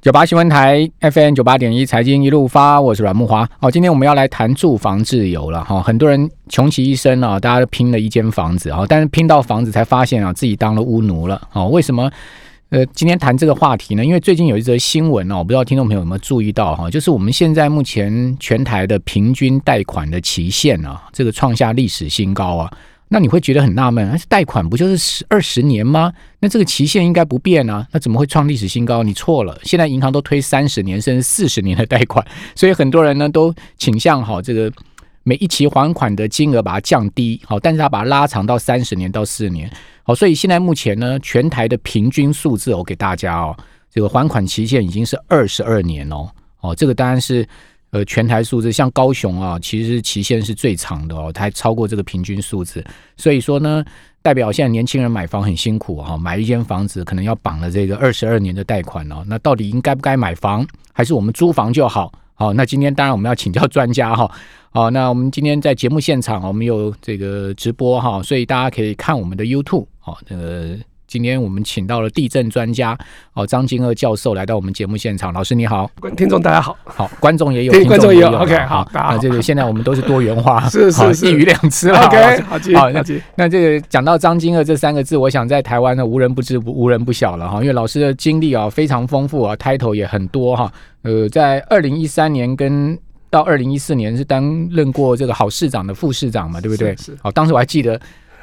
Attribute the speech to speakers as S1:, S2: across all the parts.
S1: 九八新闻台 FM 九八点一财经一路发，我是阮木华。哦，今天我们要来谈住房自由了哈、很多人穷其一生啊，大家都拼了一间房子啊、但是拼到房子才发现啊，自己当了屋奴了哦。为什么？呃，今天谈这个话题呢，因为最近有一则新闻哦，我不知道听众朋友有没有注意到哈、就是我们现在目前全台的平均贷款的期限啊，这个创下历史新高啊。那你会觉得很纳闷，但是贷款不就是十二十年吗？那这个期限应该不变啊，那怎么会创历史新高？你错了，现在银行都推三十年甚至四十年的贷款，所以很多人呢都倾向好这个每一期还款的金额把它降低，好，但是它把它拉长到三十年到四十年，好，所以现在目前呢，全台的平均数字我、给大家哦，这个还款期限已经是二十二年哦，哦，这个当然是。呃，全台数字像高雄啊，其实期限是最长的哦，它还超过这个平均数字。所以说呢，代表现在年轻人买房很辛苦哈、买一间房子可能要绑了这个二十二年的贷款哦。那到底应该不该买房，还是我们租房就好？好、那今天当然我们要请教专家哈、好、那我们今天在节目现场，我们有这个直播哈、所以大家可以看我们的 YouTube 好、哦，呃，今天我们请到了地震专家哦，张金二教授来到我们节目现场，老师你好。
S2: 观听众大家好，
S1: 好，观众也有，
S2: 对
S1: 听
S2: 观众也有
S1: 了
S2: OK，
S1: 哈
S2: 好大家好
S1: 那这个现在我们都是多元化，
S2: 是
S1: 好
S2: 是是
S1: 一鱼两吃了。
S2: OK，好记
S1: 好
S2: 好记，
S1: 那这个讲到张金二这三个字，我想在台湾呢无人不知不无人不晓了哈，因为老师的经历啊非常丰富啊，title 也很多哈。呃，在二零一三年跟到二零一四年是担任过这个好市长的副市长嘛，对不对？
S2: 是是
S1: 好，当时我还记得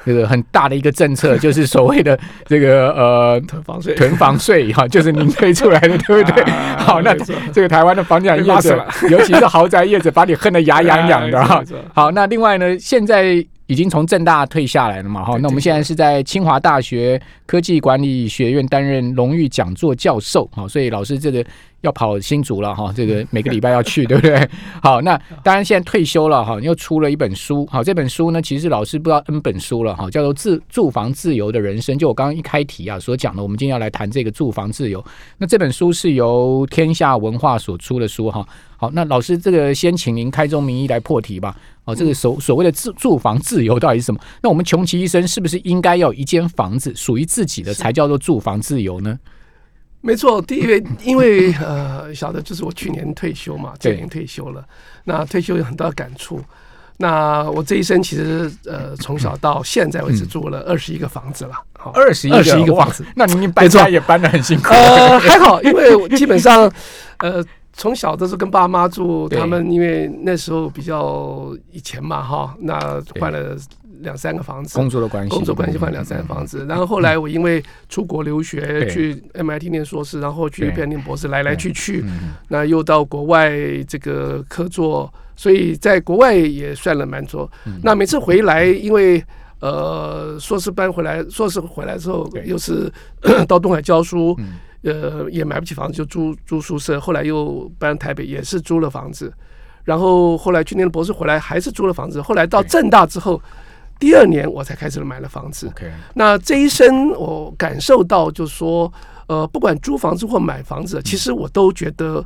S1: 这个很大的一个政策，就是所谓的这个呃
S2: 囤房税
S1: 囤房税哈，就是您推出来的，对不对？
S2: 啊
S1: 好，那
S2: 没错
S1: 这个台湾的房地产
S2: 被
S1: 业
S2: 骂死
S1: 者
S2: 了，
S1: 尤其是豪宅业者，把你恨得牙痒痒的哈
S2: 哎没。错没错
S1: 好，那另外呢，现在已经从正大退下来了嘛，哈，
S2: 对
S1: 那我们现在是在清华大学科技管理学院担任荣誉讲座教授，好，所以老师这个要跑新竹了哈，这个每个礼拜要去，对不对？好，那当然现在退休了哈，又出了一本书，好，这本书呢，其实老师不知道 N 本书了哈，叫做《自住房自由的人生》，就我刚刚一开题啊所讲的，我们今天要来谈这个住房自由。那这本书是由天下文化所出的书哈。好，那老师这个先请您开宗明义来破题吧。哦，这个
S2: 嗯
S1: 所所谓的自住房自由到底是什么？那我们穷其一生是不是应该要有一间房子属于自己的才叫做住房自由呢？
S2: 没错，第一位，因为呃，晓得就是我去年退休嘛，
S1: 对
S2: 今年退休了，那退休有很大的感触。那我这一生其实呃，从小到现在为止住了二十一个房子了，好，
S1: 嗯二十一
S2: 二十一个
S1: 哇
S2: 房子，
S1: 那您搬
S2: 没错
S1: 家也搬得很辛苦。
S2: 呃，还好，因为我基本上，呃，从小都是跟爸妈住，
S1: 对
S2: 他们因为那时候比较以前嘛哈，那换了两三个房子，
S1: 工作的关系，嗯
S2: 工作关系换两三个房子，然后后来我因为出国留学
S1: 对
S2: 去 MIT 念硕士，然后
S1: 对
S2: 去 UPenn 念博士，来来去去，
S1: 嗯。
S2: 那又到国外这个客座，所以在国外也算了蛮多。
S1: 嗯
S2: 那每次回来，因为呃硕士班回来，硕士回来之后
S1: 对嗯
S2: 又是 到东海教书，呃也买不起房子，就租租宿舍。后来又搬台北，也是租了房子。然后后来去年的博士回来，还是租了房子。后来到
S1: 对
S2: 正大之后，第二年我才开始买了房子。
S1: OK，
S2: 那这一生我感受到，就是说，呃，不管租房子或买房子，其实我都觉得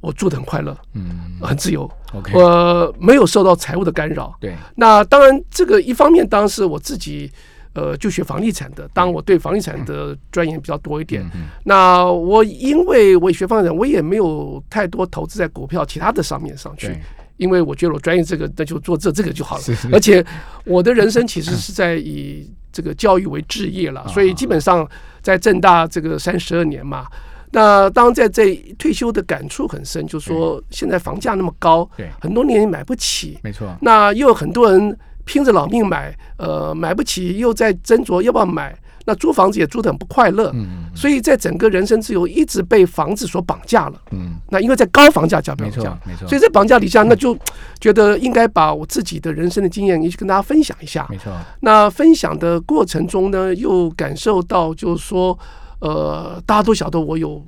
S2: 我住得很快乐，
S1: 嗯
S2: 很自由，
S1: ，OK，
S2: 我、没有受到财务的干扰。
S1: 对，
S2: 那当然，这个一方面当时我自己。呃，就学房地产
S1: 嗯
S2: 的，当然我对房地产的钻研比较多一点。那我因为我学房地产，我也没有太多投资在股票其他的上面上去
S1: 对，
S2: 因为我觉得我专业这个，那就做这这个就好了。
S1: 是是嗯
S2: 而且我的人生其实是在以这个教育为置业
S1: 啊
S2: 了，所以基本上在正大这个三十二年嘛。那当然，在这退休的感触很深，就是说现在房价那么高
S1: 对，
S2: 很多年买不起，
S1: 没错，
S2: 那又有很多人拼着老命买，呃，买不起，又在斟酌要不要买。那租房子也租得很不快乐，
S1: 嗯
S2: 所以在整个人生自由一直被房子所绑架了。
S1: 嗯，
S2: 那因为在高房价价
S1: 没
S2: 表
S1: 错
S2: 下，，
S1: 没错，
S2: 所以在绑架底下，那就觉得应该把我自己的人生的经验也去跟大家分享一下
S1: 没。错，
S2: 那分享的过程中呢，又感受到就是说，呃，大家都晓得我有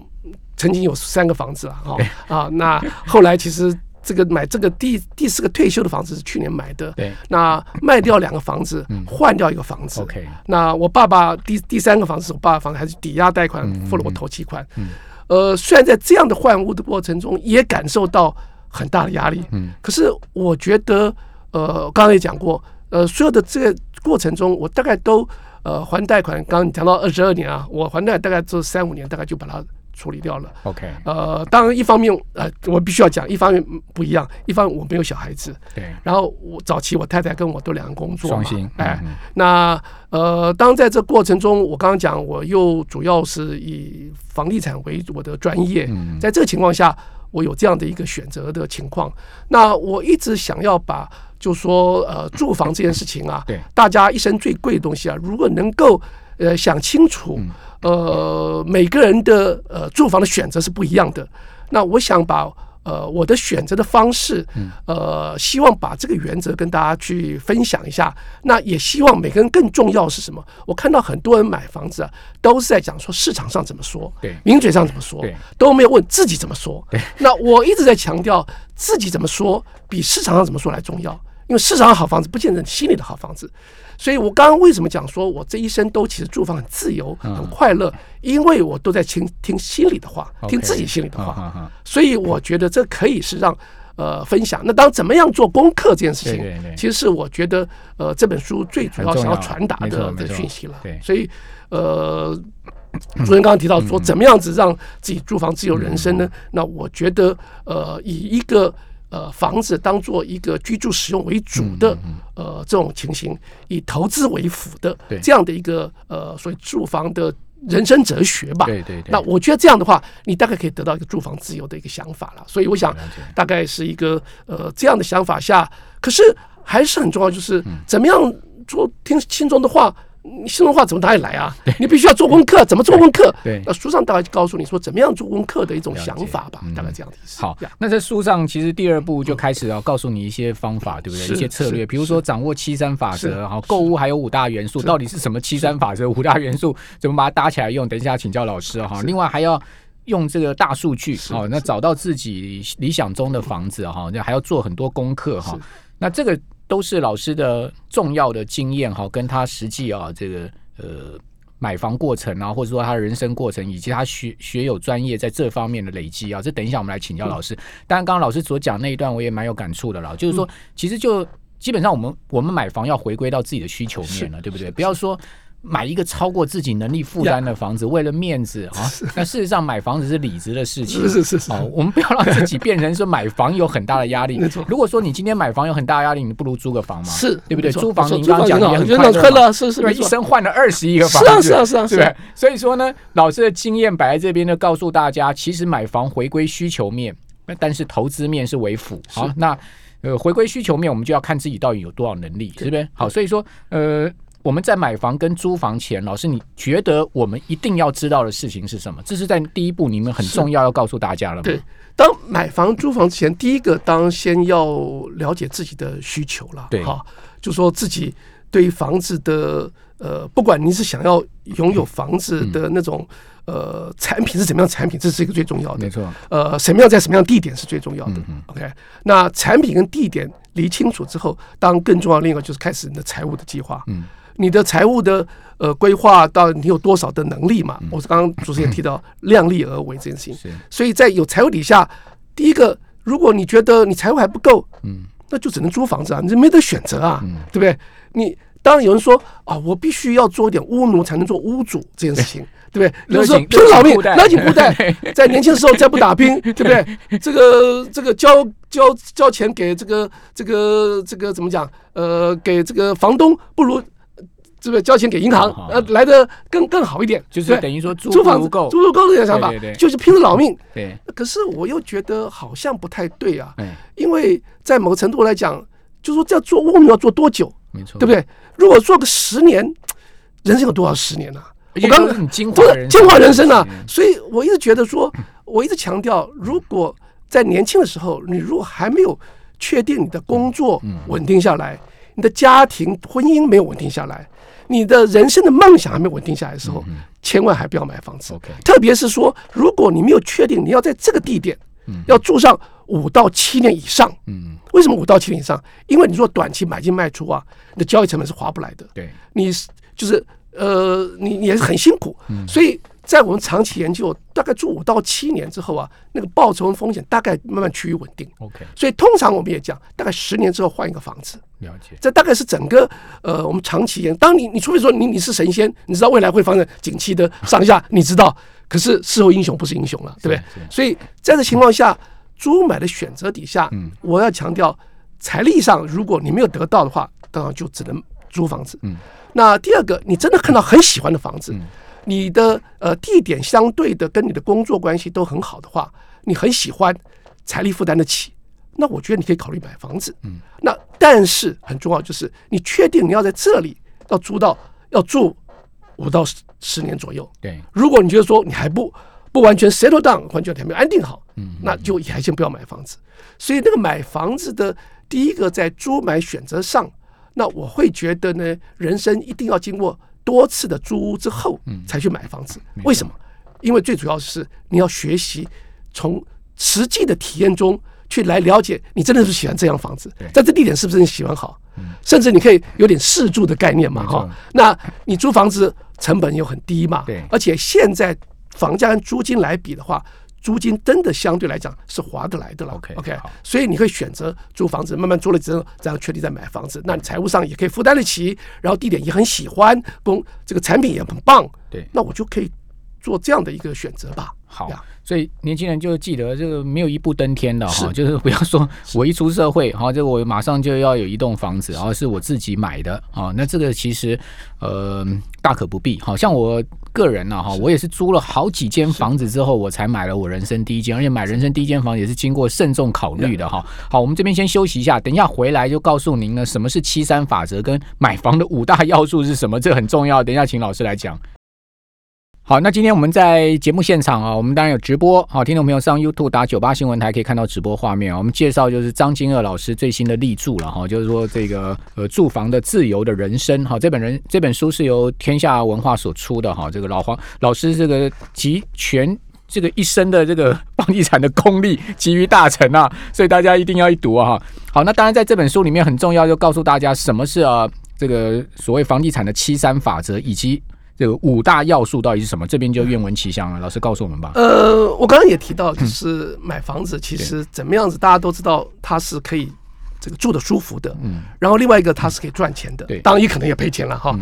S2: 曾经有三个房子啊，哈、啊，那后来其实这个买这个第第四个退休的房子是去年买的，
S1: 对嗯
S2: 那卖掉两个房子，换掉一个房子。
S1: ，OK，
S2: 那我爸爸第第三个房子是我爸爸的房子，还是抵押贷款付了我头期款。呃，虽然在这样的换屋的过程中，也感受到很大的压力。
S1: 嗯，
S2: 可是我觉得，呃，刚刚也讲过，呃，所有的这个过程中，我大概都呃还贷款，刚刚你讲到二十二年啊，我还贷大概这三五年，大概就把它。处理掉了。
S1: OK，
S2: 呃，当然一方面呃，我必须要讲，一方面不一样，一方面我没有小孩子，
S1: 对，
S2: 然后我早期我太太跟我都两个工作
S1: 双
S2: 嘛，
S1: 薪，
S2: 哎，
S1: 嗯
S2: 那呃，当在这过程中，我刚刚讲，我又主要是以房地产为我的专业，
S1: 嗯
S2: 在这个情况下，我有这样的一个选择的情况。那我一直想要把，就说呃，住房这件事情啊，
S1: 对
S2: 大家一生最贵的东西啊，如果能够呃想清楚，
S1: 嗯
S2: 呃，每个人的呃住房的选择是不一样的。那我想把。呃，我的选择的方式，
S1: 嗯
S2: 呃，希望把这个原则跟大家去分享一下。那也希望每个人更重要是什么？我看到很多人买房子啊，都是在讲说市场上怎么说，
S1: 对
S2: 名嘴上怎么说
S1: 对，
S2: 都没有问自己怎么说。那我一直在强调，自己怎么说比市场上怎么说来重要，因为市场上好房子不见得你心里的好房子。所以我刚刚为什么讲说我这一生都其实住房很自由、
S1: 嗯
S2: 很快乐，因为我都在听听心里的话，听
S1: OK
S2: 自己心里的
S1: 嗯
S2: 话。
S1: 嗯嗯
S2: 所以我觉得这可以是让呃分享。那当然怎么样做功课这件事情，
S1: 对对对
S2: 其实是我觉得呃这本书最主要
S1: 很重
S2: 想要
S1: 要
S2: 传达
S1: 没错
S2: 的
S1: 没
S2: 的
S1: 错
S2: 讯息了。
S1: 对
S2: 所以呃，主任刚刚提到说
S1: 嗯
S2: 怎么样子让自己住房自由人生呢？那我觉得呃以一个呃，房子当做一个居住使用为主
S1: 嗯
S2: 的，呃，这种情形，以投资为辅的
S1: 对
S2: 这样的一个呃，所谓住房的人生哲学吧。
S1: 对对对
S2: 那啊我觉得这样的话，你大概可以得到一个住房自由的一个想法了。所以我想，大概是一个呃这样的想法下，可是还是很重要，就是
S1: 嗯
S2: 怎么样做听心中的话。你心中的话怎么哪里来啊？你必须要做功课，怎么做功课？
S1: 对对
S2: 那书上大概就告诉你说怎么样做功课的一种
S1: 了
S2: 想
S1: 解嗯
S2: 法吧，大概这样的意思。
S1: 好
S2: 这样，
S1: 那在书上其实第二步就开始要告诉你一些方法，对不对？
S2: 是
S1: 一些策略，
S2: 是
S1: 比如说掌握七三法
S2: 是
S1: 则，然后购物还有五大元素，到底是什么七三法则、五大元素，怎么把它搭起来用？等一下请教老师哈。另外还要。用这个大数据，
S2: 是
S1: 哦，那找到自己理想中的房子哈，那还要做很多功课哈
S2: 是。
S1: 那这个都是老师的重要的经验哈，跟他实际啊这个呃买房过程啊，或者说他人生过程，以及他学学有专业在这方面的累积啊，这等一下我们来请教老
S2: 嗯
S1: 师。当然，刚刚老师所讲那一段我也蛮有感触的啦，就是说，其实就基本上我们我们买房要回归到自己的需求面了，对不对？不要说。买一个超过自己能力负担的房子，为了面子啊，那事实上买房子是理直的事情，
S2: 是是是是
S1: 哦，我们不要让自己变成说买房有很大的压力。
S2: 没错
S1: 如果说你今天买房有很大的压力，你不如租个房嘛，
S2: 是
S1: 对不对？
S2: 没错
S1: 租房
S2: 没错
S1: 你刚刚
S2: 租
S1: 讲
S2: 房
S1: 的也
S2: 很好
S1: 很
S2: 很
S1: 快
S2: 快
S1: 乐嘛
S2: 乐是是
S1: 对，
S2: 没
S1: 一
S2: 错
S1: 生换了二十一个房
S2: 是啊
S1: 子，
S2: 是啊是啊
S1: 对
S2: 是
S1: 不
S2: 啊
S1: 对？所以说呢，老师的经验摆在这边呢，告诉大家，其实买房回归需求面，但是投资面是为辅。好，那呃，回归需求面，我们就要看自己到底有多少能力，是不是？好，所以说呃。我们在买房跟租房前，老师，你觉得我们一定要知道的事情是什么？这是在第一步，你们很重要要告诉大家了吗？
S2: 对，当买房租房之前，第一个当然先要了解自己的需求了，
S1: 对
S2: 哈，就说自己对于房子的呃，不管你是想要拥有房子的那种、呃产品是怎么样的产品，这是一个最重要的，
S1: 没错。
S2: 呃，什么样在什么样的地点是最重要的。OK，那产品跟地点理清楚之后，当然更重要的另一个就是开始你的财务的计划。嗯，你的财务的呃规划到你有多少的能力嘛？我刚刚主持人也提到量力而为这件事情，
S1: 是
S2: 所以在有财务底下，第一个，如果你觉得你财务还不够，嗯，那就只能租房子啊，你这没得选择啊，
S1: 嗯
S2: 对不对？你当然有人说啊，我必须要做一点屋奴才能做屋主这件事
S1: 哎
S2: 情，对不对？有人说
S1: 勒紧
S2: 拼老命，
S1: 勒紧裤带
S2: 勒紧裤带， 在年轻的时候再不打拼，对不对？这个这个交交交钱给这个这个这个怎么讲？呃，给这个房东不如。这个交钱给银行
S1: 好好，
S2: 呃，来的更更好一点，
S1: 就是
S2: 对
S1: 等于说租
S2: 租房
S1: 不
S2: 子
S1: 够
S2: 租不够这个想法
S1: 对对对，
S2: 就是拼了老命，
S1: 对，
S2: 可是我又觉得好像不太对啊，
S1: 哎，
S2: 因为在某个程度来讲，就说这样做蜗牛要做多久，
S1: 没错，
S2: 对不
S1: 对？
S2: 对？如果做个十年，人生有多少十年呢、啊？
S1: 而且
S2: 我刚
S1: 都是你精华
S2: 都
S1: 人
S2: 是
S1: 生
S2: 精华人生啊
S1: 对！
S2: 所以我一直觉得说，我一直强调，如果在年轻的时候，你如果还没有确定你的工作
S1: 嗯
S2: 稳定下来，你的家庭婚姻没有稳定下来，你的人生的梦想还没有稳定下来的时候，千万还不要买房子
S1: 嗯 OK。
S2: 特别是说，如果你没有确定你要在这个地点要住上五到七年以上，
S1: 嗯，
S2: 为什么五到七年以上？因为你说短期买进卖出啊，你的交易成本是划不来的。
S1: 对，
S2: 你是就是呃，你你也是很辛苦，所以在我们长期研究，大概做五到七年之后啊，那个报酬风险大概慢慢趋于稳定。
S1: ，OK，
S2: 所以通常我们也讲，大概十年之后换一个房子，
S1: 了解，
S2: 这大概是整个呃我们长期研。当你你除非说你你是神仙，你知道未来会发生景气的上下，你知道。可是事后英雄不是英雄了，对不对？
S1: 是
S2: 所以在这情况下，租买的选择底下，
S1: 嗯
S2: 我要强调，财力上如果你没有得到的话，当然就只能租房子。
S1: 嗯
S2: 那第二个，你真的看到很喜欢的房子，
S1: 嗯
S2: 你的呃地点相对的跟你的工作关系都很好的话，你很喜欢，财力负担得起，那我觉得你可以考虑买房子。
S1: 嗯，
S2: 那但是很重要就是你确定你要在这里要租到要住五到十十年左右，
S1: 对，
S2: 如果你觉得说你还不不完全 settle down，完全还没有安定好，
S1: 嗯
S2: 那就也还先不要买房子。所以那个买房子的第一个在租买选择上，那我会觉得呢，人生一定要经过多次的租屋之后，
S1: 嗯
S2: 才去买房子。为什么？因为最主要是你要学习从实际的体验中去来了解你真的是喜欢这样房子
S1: 对，嗯
S2: 在这地点是不是你喜欢好，甚至你可以有点试住的概念嘛
S1: 没错
S2: 哈。那你租房子成本又很低嘛，
S1: 对
S2: 而且现在房价跟租金来比的话，租金真的相对来讲是划得来的了。
S1: OK，好
S2: 所以你会选择租房子，慢慢租了之后，这样确定再买房子。那你财务上也可以负担得起，然后地点也很喜欢，供这个产品也很棒，
S1: 对
S2: 那我就可以做这样的一个选择吧。
S1: 好
S2: 呀，
S1: 所以年轻人就记得这个没有一步登天的哈，
S2: 是
S1: 就是不要说我一出社会哈，这我马上就要有一栋房子，然后是我自己买的啊，那这个其实呃大可不必。好像我个人呢、哈，我也是租了好几间房子之后，我才买了我人生第一间，而且买人生第一间房也是经过慎重考虑的哈。好，我们这边先休息一下，等一下回来就告诉您呢什么是七三法则跟买房的五大要素是什么，这很重要。等一下请老师来讲。好，那今天我们在节目现场啊，我们当然有直播。好，听众朋友上 YouTube 打九八新闻台可以看到直播画面啊。我们介绍就是张金二老师最新的力著了哈，就是说这个呃住房的自由的人生哈，这本人这本书是由天下文化所出的哈。这个老黄老师这个集全这个一生的这个房地产的功力集于大成啊，所以大家一定要一读啊哈。好，那当然在这本书里面很重要，就告诉大家什么是啊这个所谓房地产的七三法则以及。这个五大要素到底是什么？这边就愿闻其详了。老师告诉我们吧。
S2: 呃，我刚刚也提到，
S1: 嗯
S2: 就是买房子其实怎么样子，大家都知道它是可以这个住的舒服的，嗯，然后另外一个它是可以赚钱的，
S1: 对嗯
S2: 当然也可能也赔钱了哈。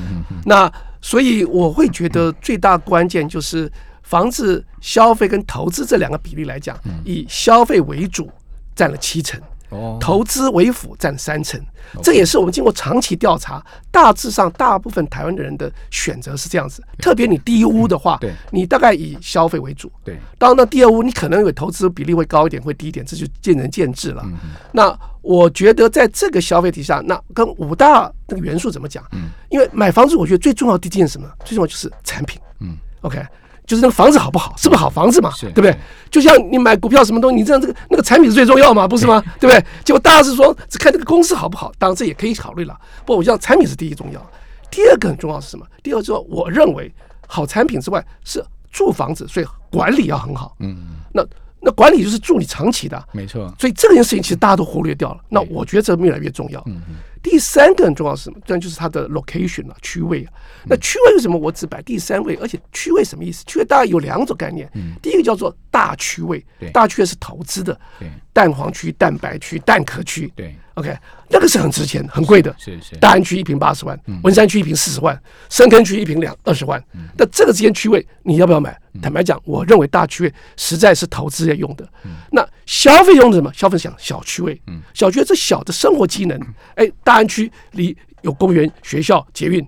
S2: 那所以我会觉得最大关键就是房子消费跟投资这两个比例来讲，以消费为主占了七成，
S1: 嗯哦
S2: 投资为辅占三成，这也是我们经过长期调查，大致上大部分台湾的人的选择是这样子。特别你第一屋的话，
S1: 嗯对
S2: 你大概以消费为主。
S1: 对，
S2: 当然，那第二屋你可能有投资比例会高一点，会低一点，这就见仁见智了。那我觉得在这个消费底下，那跟五大那个元素怎么讲？因为买房子，我觉得最重要的第一件是什么？最重要就是产品。
S1: 嗯
S2: ，OK，就是那个房子好不好，是不是好房子嘛？
S1: 是
S2: 对不对？就像你买股票什么东西，你知道这个那个产品是最重要嘛，不是吗？对不对？结果大家是说只看这个公司好不好，当然这也可以考虑了。不过我觉得产品是第一重要，第二个很重要是什么？第二重要，我认为好产品之外是住房子，所以管理要很好。
S1: 嗯，
S2: 那那管理就是住你长期的啊，
S1: 没错，
S2: 所以这件事情其实大家都忽略掉了。那我觉得这越来越重要。
S1: 嗯
S2: 第三个很重要是什么？当然就是它的 location 了、区位啊。
S1: 嗯
S2: 那区位为什么我只摆第三位？而且区位什么意思？区位大概有两种概念，第一个叫做大区位
S1: 嗯对，
S2: 大区位是投资的，
S1: 对
S2: 蛋黄区、蛋白区、蛋壳区。
S1: 对，
S2: OK，那个是很值钱、很贵的。
S1: 是是，
S2: 大安区一平八十万，
S1: 嗯
S2: 文山区一平四十万，深坑区一平两二十万。那这个之间区位你要不要买？
S1: 嗯
S2: 坦白讲，我认为大区位实在是投资要用的。
S1: 嗯
S2: 那消费用的什么？消费想小区位，小区位这小的生活机能。
S1: 嗯
S2: 哎，大安区离有公园、学校、捷运，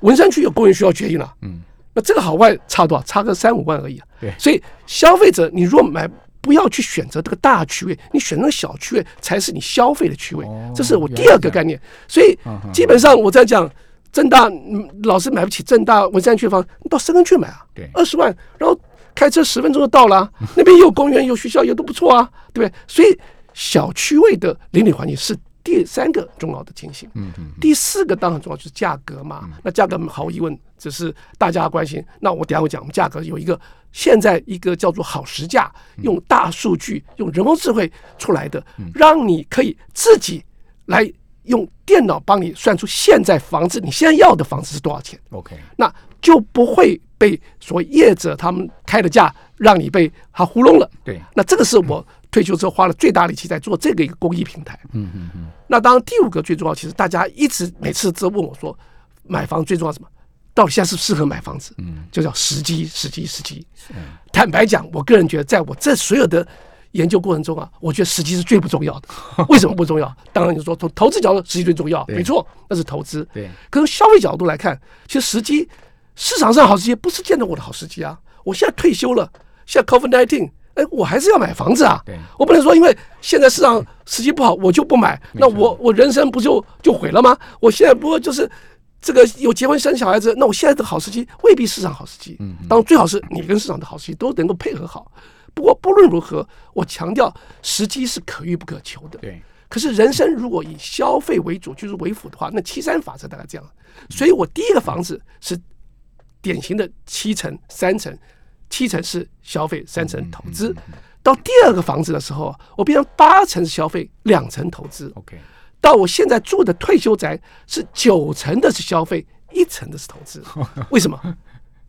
S2: 文山区有公园、学校、捷运了、嗯，那这个好坏差多少？差个三五万而已、啊。
S1: 对
S2: 所以消费者你若买。不要去选择这个大区位，你选择小区位才是你消费的区位，
S1: 哦
S2: 这是我第
S1: 原来
S2: 二
S1: 是这
S2: 个
S1: 样嗯
S2: 概念。所以基本上我在讲正大，嗯老是买不起正大文山区的房，你到深坑去买啊，
S1: 对
S2: 二十万，然后开车十分钟就到 了啊、那边有公园有学校也都不错啊，对不对？所以小区位的邻里环境是第三个重要的情形。
S1: 嗯嗯，
S2: 第四个当然很重要就是价格嘛，那价格毫无疑问只是大家关心。那我等一下会讲，我们价格有一个现在一个叫做好时价，
S1: 嗯
S2: 用大数据、用人工智慧出来的，让你可以自己来用电脑帮你算出现在房子你现在要的房子是多少钱，
S1: ，OK，
S2: 那就不会被所谓业者他们开的价让你被他糊弄了。
S1: 对，
S2: 那这个是我退休之后花了最大力气在做这个一个公益平台。
S1: 嗯嗯嗯，
S2: 那当然，第五个最重要，其实大家一直每次都问我说，买房最重要是什么？到底现在是不是适合买房子，
S1: 嗯，
S2: 就叫时机，时机，时机。坦白讲，我个人觉得，在我这所有的研究过程中啊，我觉得时机是最不重 要的。为什么不重要？当然，你说从投资角度，时机最重要，
S1: 对
S2: 没错，那是投资。
S1: 对，
S2: 可从消费角度来看，其实时机，市场上好时机不是见到我的好时机啊。我现在退休了，现在 COVID nineteen，哎，我还是要买房子啊
S1: 对。
S2: 我不能说因为现在市场时机不好，我就不买，那我我人生不就就毁了吗？我现在不过就是。这个有结婚生小孩子，那我现在的好时机未必市场好时机。嗯，当然最好是你跟市场的好时机都能够配合好。不过不论如何，我强调时机是可遇不可求的。
S1: 对，
S2: 可是人生如果以消费为主，就是为辅的话，那七三法则大概这样。所以我第一个房子是典型的七成、三成，七成是消费，三成投资。到第二个房子的时候，我变成八成是消费，两成投资。
S1: ，OK，
S2: 到我现在住的退休宅是九成的是消费，一成的是投资。为什么？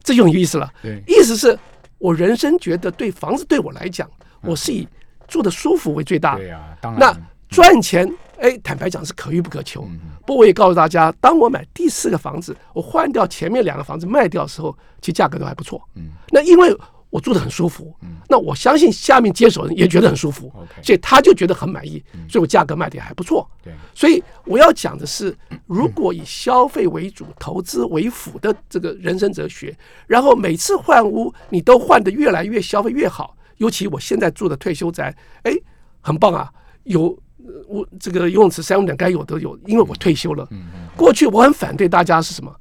S2: 这就很有意思了。
S1: 对，
S2: 意思是我人生觉得对房子对我来讲，我是以住的舒服为最大。
S1: 对啊，当
S2: 那
S1: 然，嗯
S2: 赚钱，哎，坦白讲是可遇不可求。不过我也告诉大家，当我买第四个房子，我换掉前面两个房子卖掉的时候，其实价格都还不错。
S1: 嗯，
S2: 那因为我住的很舒服，那我相信下面接手人也觉得很舒服
S1: OK 嗯
S2: 所以他就觉得很满意，所以我价格卖的也还不错。
S1: 对，
S2: 所以我要讲的是，如果以消费为主、投资为辅的这个人生哲学，然后每次换屋你都换的越来越消费越好，尤其我现在住的退休宅，哎，很棒啊，有呃我这个游泳池、三温暖该有的有，因为我退休了。过去我很反对大家是什么？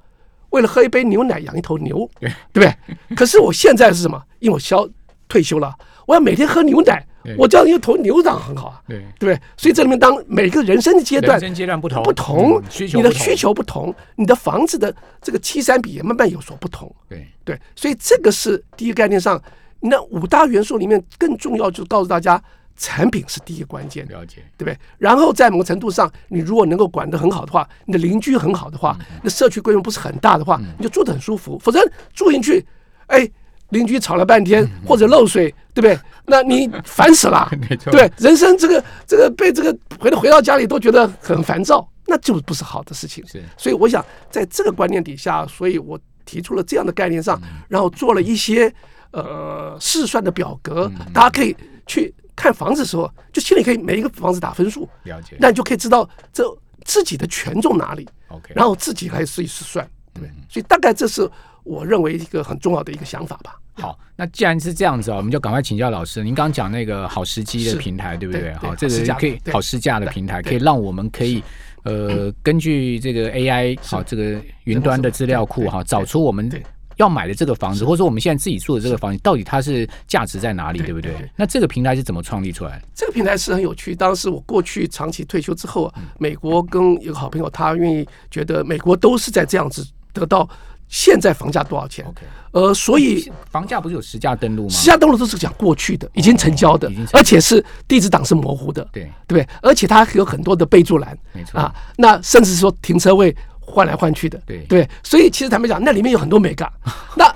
S2: 为了喝一杯牛奶养一头牛，对不对？可是我现在是什么？因为我消退休了，我要每天喝牛奶
S1: 对，
S2: 我这样一头牛长很好啊。
S1: 对
S2: 对不对？所以这里面当每个人生的阶段
S1: 人生阶段不同，
S2: 不同
S1: 嗯，需求
S2: 你的
S1: 不同
S2: 需，求不同，你的房子的这个七三比也慢慢有所不同。
S1: 对，
S2: 对，所以这个是第一个概念上，那五大元素里面更重要就是告诉大家，产品是第一个关键。
S1: 了解，
S2: 对不对？然后在某个程度上，你如果能够管得很好的话，你的邻居很好的话，
S1: 嗯
S2: 那社区规模不是很大的话，你就住得很舒服。否则住进去，哎，邻居吵了半天
S1: 嗯
S2: 或者漏水，对不对？那你烦死了
S1: 没，错
S2: 对，人生这个这个被这个回回到家里都觉得很烦躁，那就不是好的事情。
S1: 是
S2: 所以我想在这个观念底下，所以我提出了这样的概念上，
S1: 嗯
S2: 然后做了一些呃试算的表格，
S1: 嗯
S2: 大家可以去看房子的时候，就心里可以每一个房子打分数，
S1: 了解
S2: 那你就可以知道这自己的权重哪里，
S1: ，OK，嗯
S2: 然后自己来试一试算，对不对？所以大概这是我认为一个很重要的一个想法吧。
S1: 好，那既然是这样子啊，我们就赶快请教老师。您刚刚讲那个好时机的
S2: 嗯是
S1: 平台，对不
S2: 对
S1: 对？
S2: 对
S1: 好，
S2: 好
S1: 这个
S2: 市价
S1: 可以
S2: 的对嗯
S1: 好时价的平台，可以让我们可以呃，根据这个 AI 好这个云端的资料库哈，找出我们
S2: 对
S1: 要买的这个房子，或者说我们现在自己住的这个房子，到底它是价值在哪里，
S2: 对
S1: 对不对
S2: 对对？
S1: 那这个平台是怎么创立出来的？
S2: 这个平台是很有趣。当时我过去长期退休之后，啊
S1: 嗯
S2: 美国跟一个好朋友，他愿意觉得美国都是在这样子得到现在房价多少钱
S1: OK
S2: 呃，所以
S1: 房价不是有啊实价登录吗
S2: 实？价登录都是讲过去的，已经成交的，
S1: 哦已经成交
S2: 而且是地址档是模糊的，
S1: 对
S2: 对不对？而且它还有很多的备注栏，
S1: 没错
S2: 啊，那甚至说停车位换来换去的，
S1: 对
S2: 对，所以其实坦白讲，那里面有很多 美感。那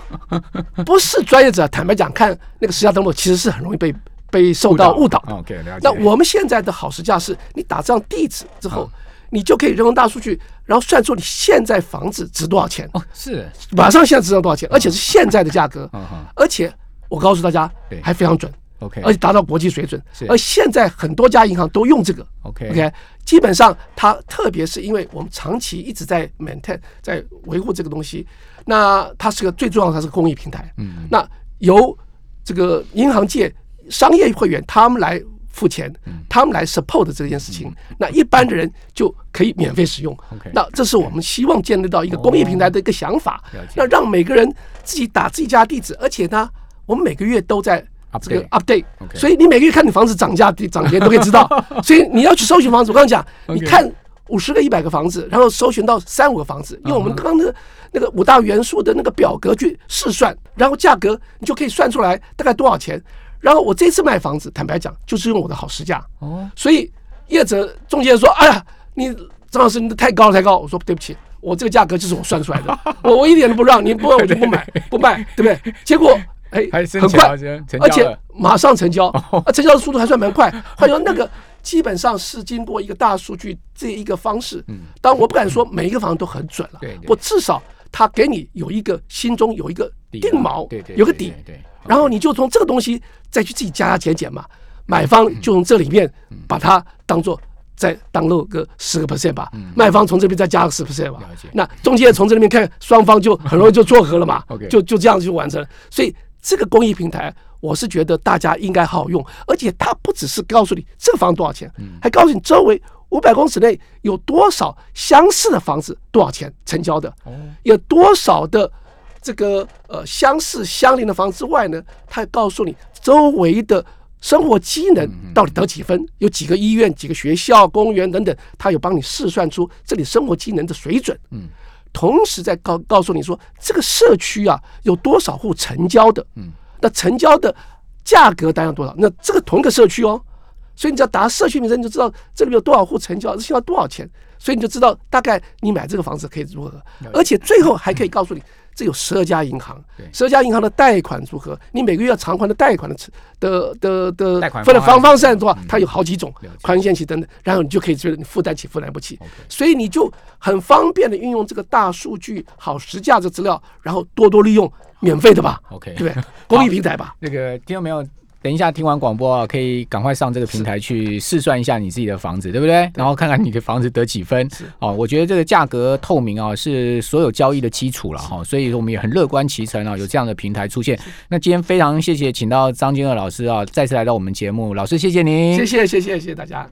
S2: 不是专业者，坦白讲，看那个实价登录其实是很容易被被受到误导哦的。
S1: OK，了解。
S2: 那我们现在的好时价是，你打上地址之后，
S1: 嗯
S2: 你就可以人工大数据，然后算出你现在房子值多少钱，
S1: 哦是
S2: 马上现在值多少钱，而且是现在的价格
S1: 嗯嗯，
S2: 而且我告诉大家
S1: 对，
S2: 还非常准。
S1: OK
S2: 而且达到国际水准
S1: 是，
S2: 而现在很多家银行都用这个。
S1: OK
S2: OK，基本上它特别是因为我们长期一直在 maintain 在维护这个东西，那它是个最重要的，它是个公益平台。嗯，那由这个银行界商业会员他们来付钱，他们来 support 这件事情，那一般的人就可以免费使用。
S1: OK
S2: 那这是我们希望建立到一个公益平台的一个想法，
S1: 了解
S2: 那让每个人自己打自己家地址，而且呢，我们每个月都在。这个 update，
S1: OK
S2: 所以你每个月看你房子涨价、跌涨跌都可以知道。所以你要去搜寻房子，我刚刚讲，你看五十个、一百个房子，然后搜寻到三五个房子，用我们刚刚的那个五大元素的那个表格去试算，然后价格你就可以算出来大概多少钱。然后我这次卖房子，坦白讲，就是用我的好时价。
S1: 哦
S2: 所以业者中介说：“哎呀，你张老师你的太高了太高。”我说：“对不起，我这个价格就是我算出来 的，我我一点都不让你不让我就不买不卖，对不对？”结果哎，
S1: 还真
S2: 很
S1: 成交
S2: 快
S1: 真成，交
S2: 而且
S1: 了哦
S2: 马上成交，啊，成交的速度还算蛮快。换言之，那个基本上是经过一个大数据这一个方式。当然我不敢说每一个房都很准了
S1: 嗯对对，
S2: 我至少他给你有一个心中有一个定锚，
S1: 啊对对，
S2: 有个底，
S1: 对，
S2: 然后你就从这个东西再去自己加加减减嘛。买方就从这里面把它当做再当漏个十个 percent 吧，卖方从这边再加个十 percent 吧
S1: 嗯了解。
S2: 那中间从这里面看，双方就很容易就撮合了嘛
S1: OK，
S2: 就就这样就完成了。所以这个公益平台，我是觉得大家应该好好用，而且它不只是告诉你这个房多少钱，
S1: 嗯
S2: 还告诉你周围五百公尺内有多少相似的房子多少钱成交的。
S1: 哦，
S2: 有多少的这个呃相似相邻的房之外呢，它还告诉你周围的生活机
S1: 嗯
S2: 能到底得几分，有几个医院、几个学校、公园等等，它有帮你试算出这里生活机能的水准。
S1: 嗯，
S2: 同时再告告诉你说这个社区啊有多少户成交的，
S1: 嗯，
S2: 那成交的价格单要多少？那这个同一个社区哦。所以你只要打社区名称，你就知道这里面有多少户成交，这需要多少钱，所以你就知道大概你买这个房子可以如何。而且最后还可以
S1: 嗯
S2: 告诉你，这有十二家银行
S1: 对，
S2: 十二家银行的贷款如何，你每个月偿还的贷款的的的的
S1: 贷款
S2: 分的
S1: 方案
S2: 方方式多少，它有好几种
S1: 了解
S2: 宽限期等等，然后你就可以觉得你负担起负担不起，所以你就很方便的运用这个大数据、好实价值资料，然后多多利用，免费的吧
S1: OK
S2: 对不对？公益平台吧，
S1: 那个听到没有？等一下听完广播啊，可以赶快上这个平台去试算一下你自己的房子，对不对？然后看看你的房子得几分。哦，我觉得这个价格透明啊，是所有交易的基础了哈、哦所以我们也很乐观其成啊，有这样的平台出现。那今天非常谢谢请到张金二老师啊，再次来到我们节目，老师谢谢您，
S2: 谢谢谢谢谢谢大家。